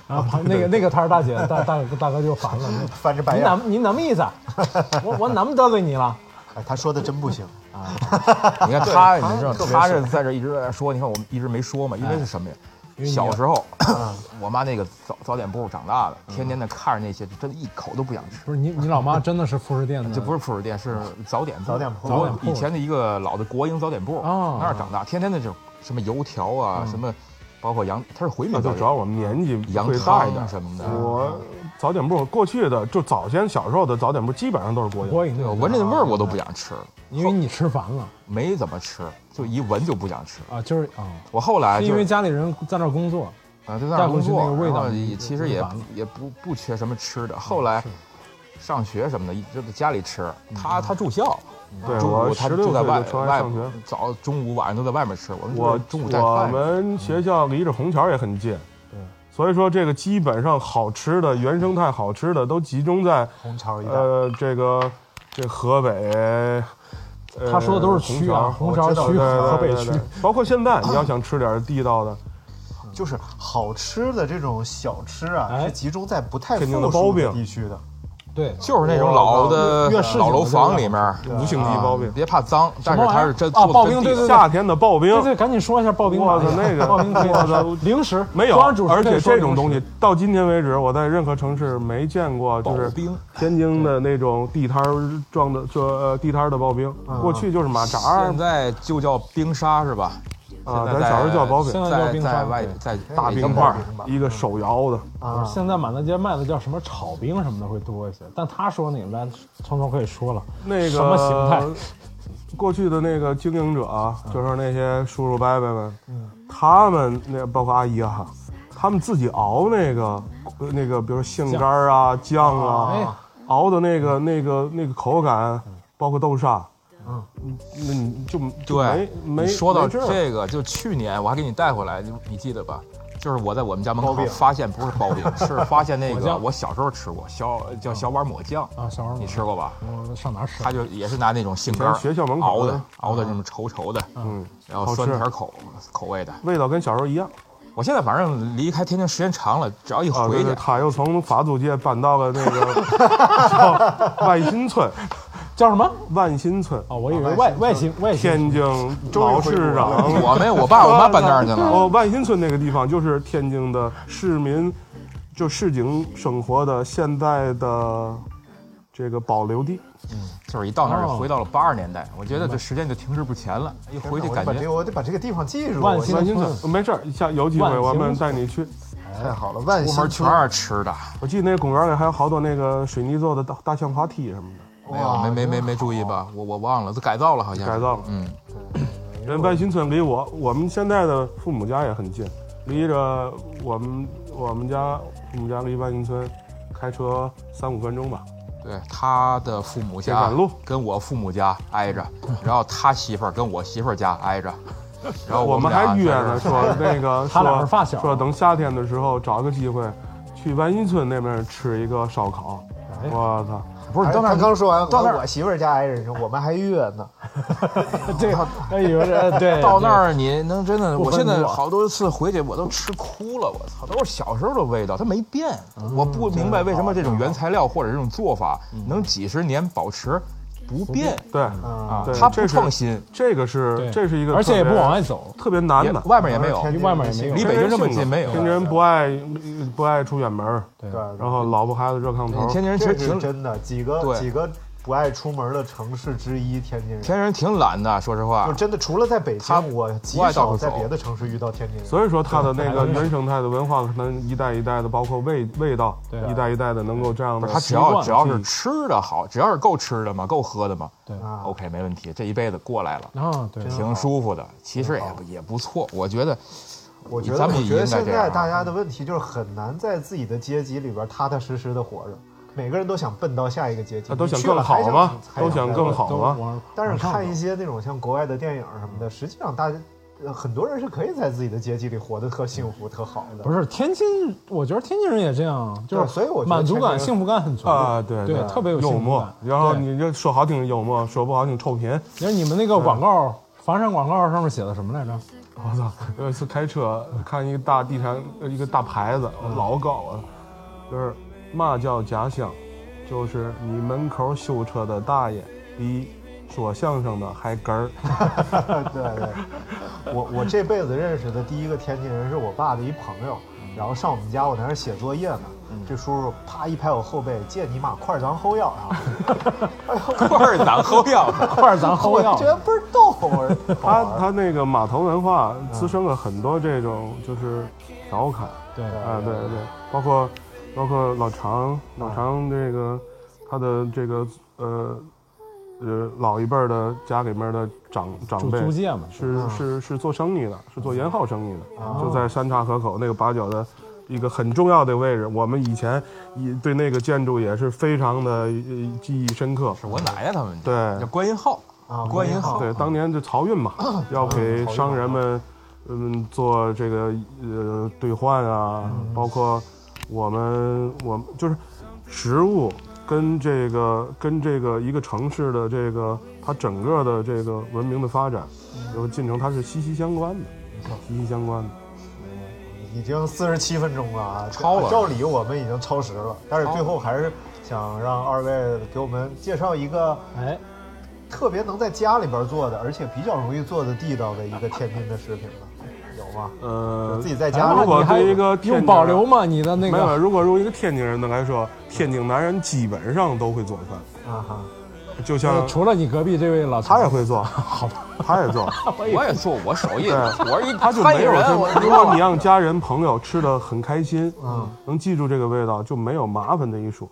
然后旁那个那个摊儿大姐大大大哥就 烦了，翻着白你眼儿哪你哪么意思啊？我我哪么得罪你了？哎，他说的真不行啊！ 你看他，你知道特别他是这在这一直在说，你看我们一直没说嘛，因为是什么呀？因为你啊嗯小时候， 我妈那个早早点铺长大的，天天的看着那些，真的一口都不想吃。 不是你你老妈真的是副食 店的，这不是铺食店，是早点嗯早点铺早早点铺以前的一个老的国营早点铺，哦那儿长大，天天的就什么油条啊，嗯什么，包括羊，它是回民那早就点主要我们年纪羊会大汤一点什么的我早点铺过去的，就早先小时候的早点铺，基本上都是国营。国营对我闻着那味儿我都不想吃，因为你吃烦了没怎么吃，就一闻就不想吃。啊，就是啊，我后来是就因为家里人在那儿工作啊，就在那儿工作，带回去那个味道然后你也就其实也就烦了也不不缺什么吃的。后来上学什么的，就在家里吃。他他住校，嗯对中我午他16岁住在就外出来外上学早中午晚上都在外面吃。我们我中午带我饭。嗯们学校离着虹桥也很近，所以说这个基本上好吃的原生态好吃的都集中在虹桥一带。呃这个这河北。呃他说的都是区啊虹虹桥区对对对河北对区对包括现在你要想吃点地道的，就是好吃的这种小吃啊，是集中在不太天津的富包庶饼的地区的。对，就是那种老的越市井老楼房里面对五星级刨冰啊别怕脏，但是它是真做啊，的刨真冰地对对对，道夏天的刨冰对对，赶紧说一下刨冰吧。我操那个刨冰可以我操零食没有中央主，持而且人说这种东零西食到今天为止，我在任何城市没见过，就是刨冰天津的那种地摊儿装的，就呃地摊儿的刨冰，过去就是马扎儿啊现，在就叫冰沙是吧？啊现在咱小时候在叫包饼现在叫在冰沙在外对在大北冰京块儿包饼，一个手摇的，啊不是现在满大街卖的叫什么炒冰什么的会多一些，但他说那个咱从头可以说了，那个什么形态？过去的那个经营者啊，就是那些叔叔伯伯们，嗯他们那包括阿姨啊，他们自己熬那个呃那个，比如说杏干儿啊、酱哎啊，熬的那个那个那个口感，包括豆沙，嗯，那你就就对没，没你说到没儿这个，就去年我还给你带回来，你你记得吧？就是我在我们家门包口饼发现不是包 饼，是发现那抹个酱我小时候吃过小叫小碗抹酱，啊，小时候你吃过吧？我上哪儿吃？他就也是拿那种杏干以儿前学校门口熬的啊的，熬的这么稠稠的，嗯，然后好酸吃甜口口味的。味道跟小时候一样。我现在反正离开天津时间长了，只要一啊，对回去对，，他又从法租界搬到了那个叫万新村， 叫什么？万新村啊，我以为外外星外星天津老市长， 我没有我 爸我妈搬那儿去了哦，万新村那个地方就是天津的市民，就市井生活的现在的这个保留地。就是一到那儿就哦回到了八十年代。我觉得这时间就停滞不前了，一回去我感得把这觉个我得把这个地方记住。我万新嗯村，没事儿，下有机会我们带你去。太好了，万出新门村全是吃的。我记得那公园里还有好多那个水泥做的大大象滑梯什么的，没有，没没没没注意吧？我我忘了，都改造了好像。改造了。嗯，人万新村离我我们现在的父母家也很近，离着我们我们家父母家离万新村开车三五分钟吧。对，他的父母铁家杆路跟我父母家挨着，然后他媳妇儿跟我媳妇儿家挨着，然后我哦们们俩还约在这呢，儿说 那个他俩是说发小说等夏天的时候找个机会去万新村那边吃一个烧烤。哎我操！不哎他刚说完，到那我儿我媳妇儿家挨人，我们还约呢。对，哎以为是对到那儿你能真的，不我分现在我好多次回去我都吃哭了，我操，都是小时候的味道，它没变。我不明白为什么这种原材料或者这种做法能几十年保持不变对啊对，，它这不是创新，这个是嗯对这是一个，而且也不往外，走，特别难的。外面也没有，外面也没有离北京这么近没有。啊天津人不爱不爱出远门儿，对，然后老婆孩子热炕头。天津人其这实是挺真的，几对个几个不爱出门的城市之一，天津人。天津人挺懒的，说实话就。真的，除了在北他京，我极不爱到处少在走别的城市遇到天津人。所以说，它的那个原生态的文化，可能一代一代的，包括味味道，一代一代的能够这样的。他只习惯要了只要是吃的好，只要是够吃的嘛，够喝的嘛，对啊 OK 没问题，这一辈子过来了，啊，对，挺舒服的，其实也也不错，我觉得。我觉得，咱们我也觉得应该现这样在大家的问题就是很难在自己的阶级里边踏踏实实的活着。每个人都想奔到下一个阶梯，啊都想你去了更好还吗还都想更好吗都但是看一些那种像国外的电影什么的，实际上大家呃很多人是可以在自己的阶级里活得特幸福、特好的。不是天津，我觉得天津人也这样，就是对所以我觉得满足天感、津人幸福感很足啊，对对，特别有幸幽福默感。。然后对你这说好挺幽默，说不好挺臭贫。你看你们那个广告，房产广告上面写的什么来着？我操！有一次开车看一个大地产，呃一个大牌子，老高了，就是嘛叫家乡，就是你门口修车的大爷比说相声的还哏儿。 对对，我我这辈子认识的第一个天津人是我爸的一朋友，然后上我们家，我在那儿写作业呢。这叔叔啪一拍我后背，借你妈块儿咱后腰啊！块儿咱后腰， 块儿咱后我腰觉。得倍儿逗。我说好他啊玩他那个码头文化嗯滋生了很多这种就是调侃，对啊，对对，包括包括老常嗯老常这个他的这个呃呃老一辈儿的家里面的长长嗯住辈租界嘛，嗯是是是做生意的，是做盐号生意哦的，就在三岔河口那个八角的一个很重要的位置。我们以前以对那个建筑也是非常的呃记忆深刻。是我奶奶他们对，叫观音号，啊，观音号对，当年这漕运嘛，要给商人们，嗯，做这个呃兑换啊，包括我们我们就是食物跟这个跟这个一个城市的这个它整个的这个文明的发展，有进程它是息息相关的，息息相关的。已经四十七分钟了啊，超了照理我们已经超时了，但是最后还是想让二位给我们介绍一个哎，特别能在家里边做的，而且比较容易做的地道的一个天津的食品吧，有吗？呃，自己在家如里果你还对一个天津用人保留吗？你的那没有，个如果如果一个天津人的来说，天津男人基本上都会做饭，啊哈，就像呃除了你隔壁这位老嗯他他也会做，好，他也做。我也做我手艺，对我是一他就餐没饮有人，这我么。如果你让家人朋友吃的很开心，嗯，能记住这个味道，就没有麻烦的一说。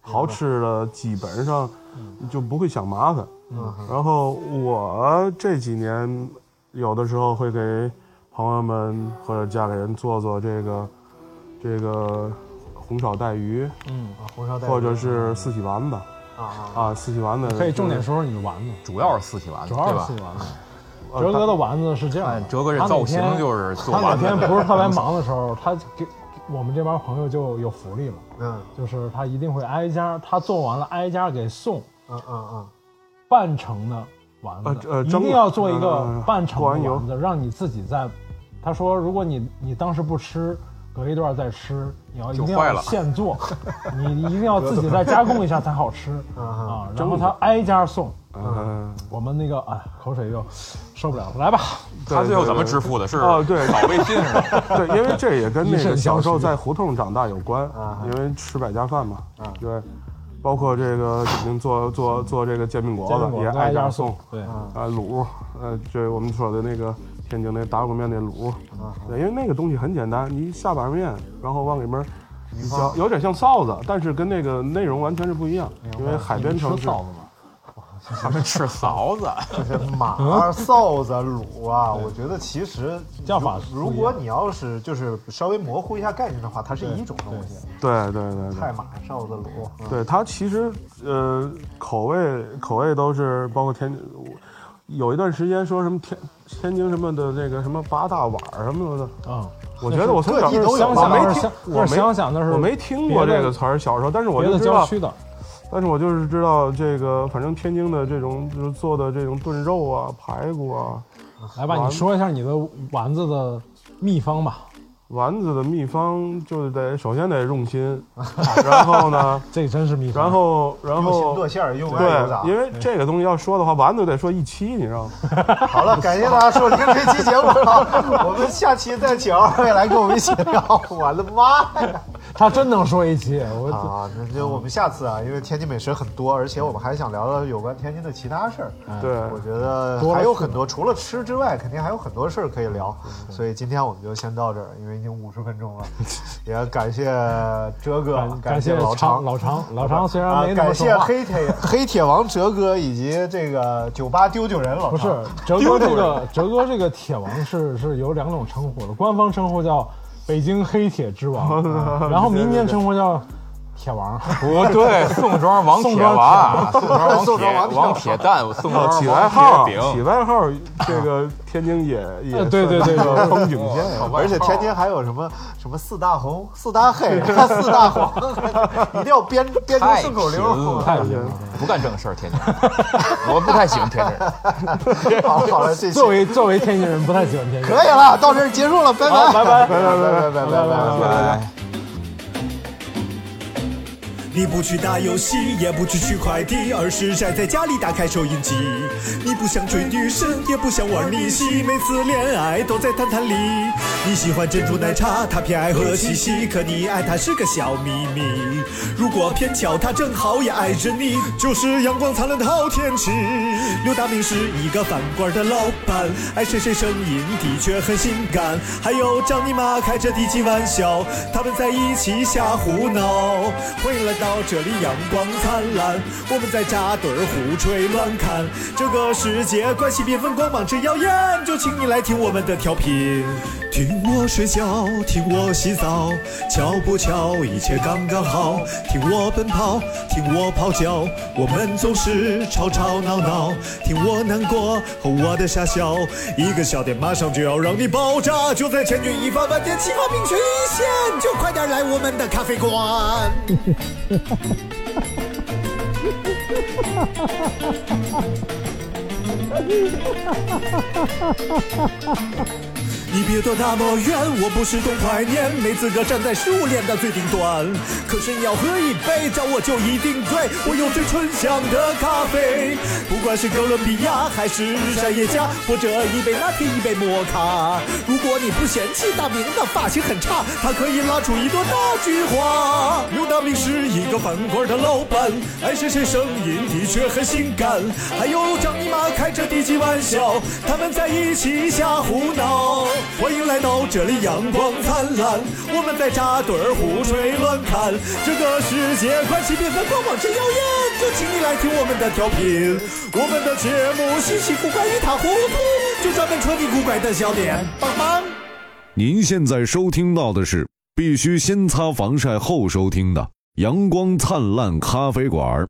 好吃的基本上就不会想麻烦。嗯，然后我这几年有的时候会给朋友们或者家里人做做这个这个红烧带鱼，嗯啊红烧带鱼或者是四喜丸子啊啊，啊，四喜丸子可以重点说说你的丸子，主要是四喜丸子，主对要吧是？丸子。呃哲哥的丸子是这样的哎看，哲哥这造型就是做他哪丸天 子，不是特别忙的时候，他给我们这帮朋友就有福利了，嗯就是他一定会挨家，他做完了挨家给送嗯嗯嗯，半成的丸呃子，呃一蒸定的要做一个呃半成过完的油丸子，让你自己在。他说，如果你你当时不吃，隔一段再吃，你要一定就坏要了现 做，你一定要自己再加工一下才好吃啊。然后他挨家送，嗯，我们那个哎，口水又受不了了，来吧，对他最后对怎么对致富的？是哦对扫卫sinh是吧？对，因为这也跟 那一身个小时候消息在胡同长大有关，啊因为吃百家饭嘛，对，包括这个您做做做这个煎煎饼果饼子果也子挨家家送，对，啊卤，呃，这我们说的那个天津那打骨面那卤，啊对，因为那个东西很简单，你下把面，然后往里面。一浇，有点像臊子，但是跟那个内容完全是不一样，因为海边你吃城市臊子吗？咱们吃臊子， 这马臊子卤啊，我觉得其实叫法是不一如样果你要是就是稍微模糊一下概念的话，它是一种东西，对对对对，菜马臊子卤，嗯对它其实呃口味口味都是包括天，我有一段时间说什么天天津什么的那个什么八大碗儿什么的，啊，我觉得我从各小地都有我没那是听乡我那是没乡下那是我没听过别的这个词儿，小时候，但是我别就的知郊道，区的，但是我就是知道这个，反正天津的这种就是做的这种炖肉啊、排骨啊、来吧，丸你子说一下你的丸子的秘方吧。丸子的秘方，就得首先得用心， 然后呢，这真是秘方。然后然用心后剁馅儿，用爱油炸对，。因为这个东西要说的话，丸子得说一期，你知道吗？好了，感谢大家收听这期节目了，我们下期再请二位来跟我们一起聊。 我的妈呀！他真能说一期，我啊，那就我们下次啊，因为天津美食很多，而且我们还想聊聊有关天津的其他事儿。对，我觉得还有很嗯多，除了吃之外，肯定还有很多事儿可以聊。所以今天我们就先到这儿，因为已经五十分 钟了。也感谢哲哥，感谢谢老常，老常，老常虽然啊没，怎么感说谢话，黑铁 黑铁王哲哥以及这个酒吧丢酒人老不是常。哲哥这个哲哥这个铁王是是有两种 嗯啊称呼的，官方称呼叫北京黑铁之王，然后民间称呼叫铁王，不对，宋庄王铁王，宋庄王宋庄王王王铁蛋，宋庄起王外号，铁饼起外号，这个天津也也啊对对对算是对风景线啊哦呀。而且天津还有什么什么四大红、四大 黑、四大黄， 一定要编编出太顺口溜贫了儿。太贫了。不干正事儿，天津，我不太喜欢天津人。好了好了，这期 作为作为天津人，不太喜欢天津。可以了，到这儿结束了，拜拜拜拜拜拜拜拜拜拜。拜。你不去打游戏，也不去取快递，而是宅在家里打开收音机。你不想追女神，也不想玩逆袭，每次恋爱都在谈谈里。你喜欢珍珠奶茶，他偏爱喝西西，可你爱他是个小秘密。如果偏巧他正好也爱着你，就是阳光灿烂的好天气。刘大明是一个饭馆的老板，爱谁谁声音的确很性感，还有张尼玛开着低级玩笑，他们在一起瞎胡闹。欢迎来到这里，阳光灿烂，我们在扎堆儿胡吹乱侃，这个世界关系缤纷，光芒之耀眼，就请你来听我们的调频。听我睡觉，听我洗澡，巧不巧，一切刚刚好。听我奔跑，听我咆哮，我们总是吵吵闹闹。听我难过和我的傻笑，一个笑点马上就要让你爆炸，就在千钧一发、万箭齐发、命悬一线，就快点来我们的咖啡馆。你别躲那么远，我不是东怀念，没资格站在食物链的最顶端。可是你要喝一杯，找我就一定醉，我有最醇香的咖啡。不管是哥伦比亚还是山野家，或者一杯拿铁一杯摩卡。如果你不嫌弃大明的发型很差，他可以拉出一朵大菊花。刘大明是一个饭馆的老板，哎爱谁谁声音的确很性感，还有张姨妈开着低级玩笑，他们在一起瞎胡闹。欢迎来到这里，阳光灿烂，我们在扎堆儿胡吹乱侃，这个世界关系缤纷，光芒之耀眼，就请你来听我们的调频，我们的节目稀奇古怪一塌糊涂，就专门戳你古怪的笑点，棒棒。您现在收听到的是必须先擦防晒后收听的《阳光灿烂咖啡馆》。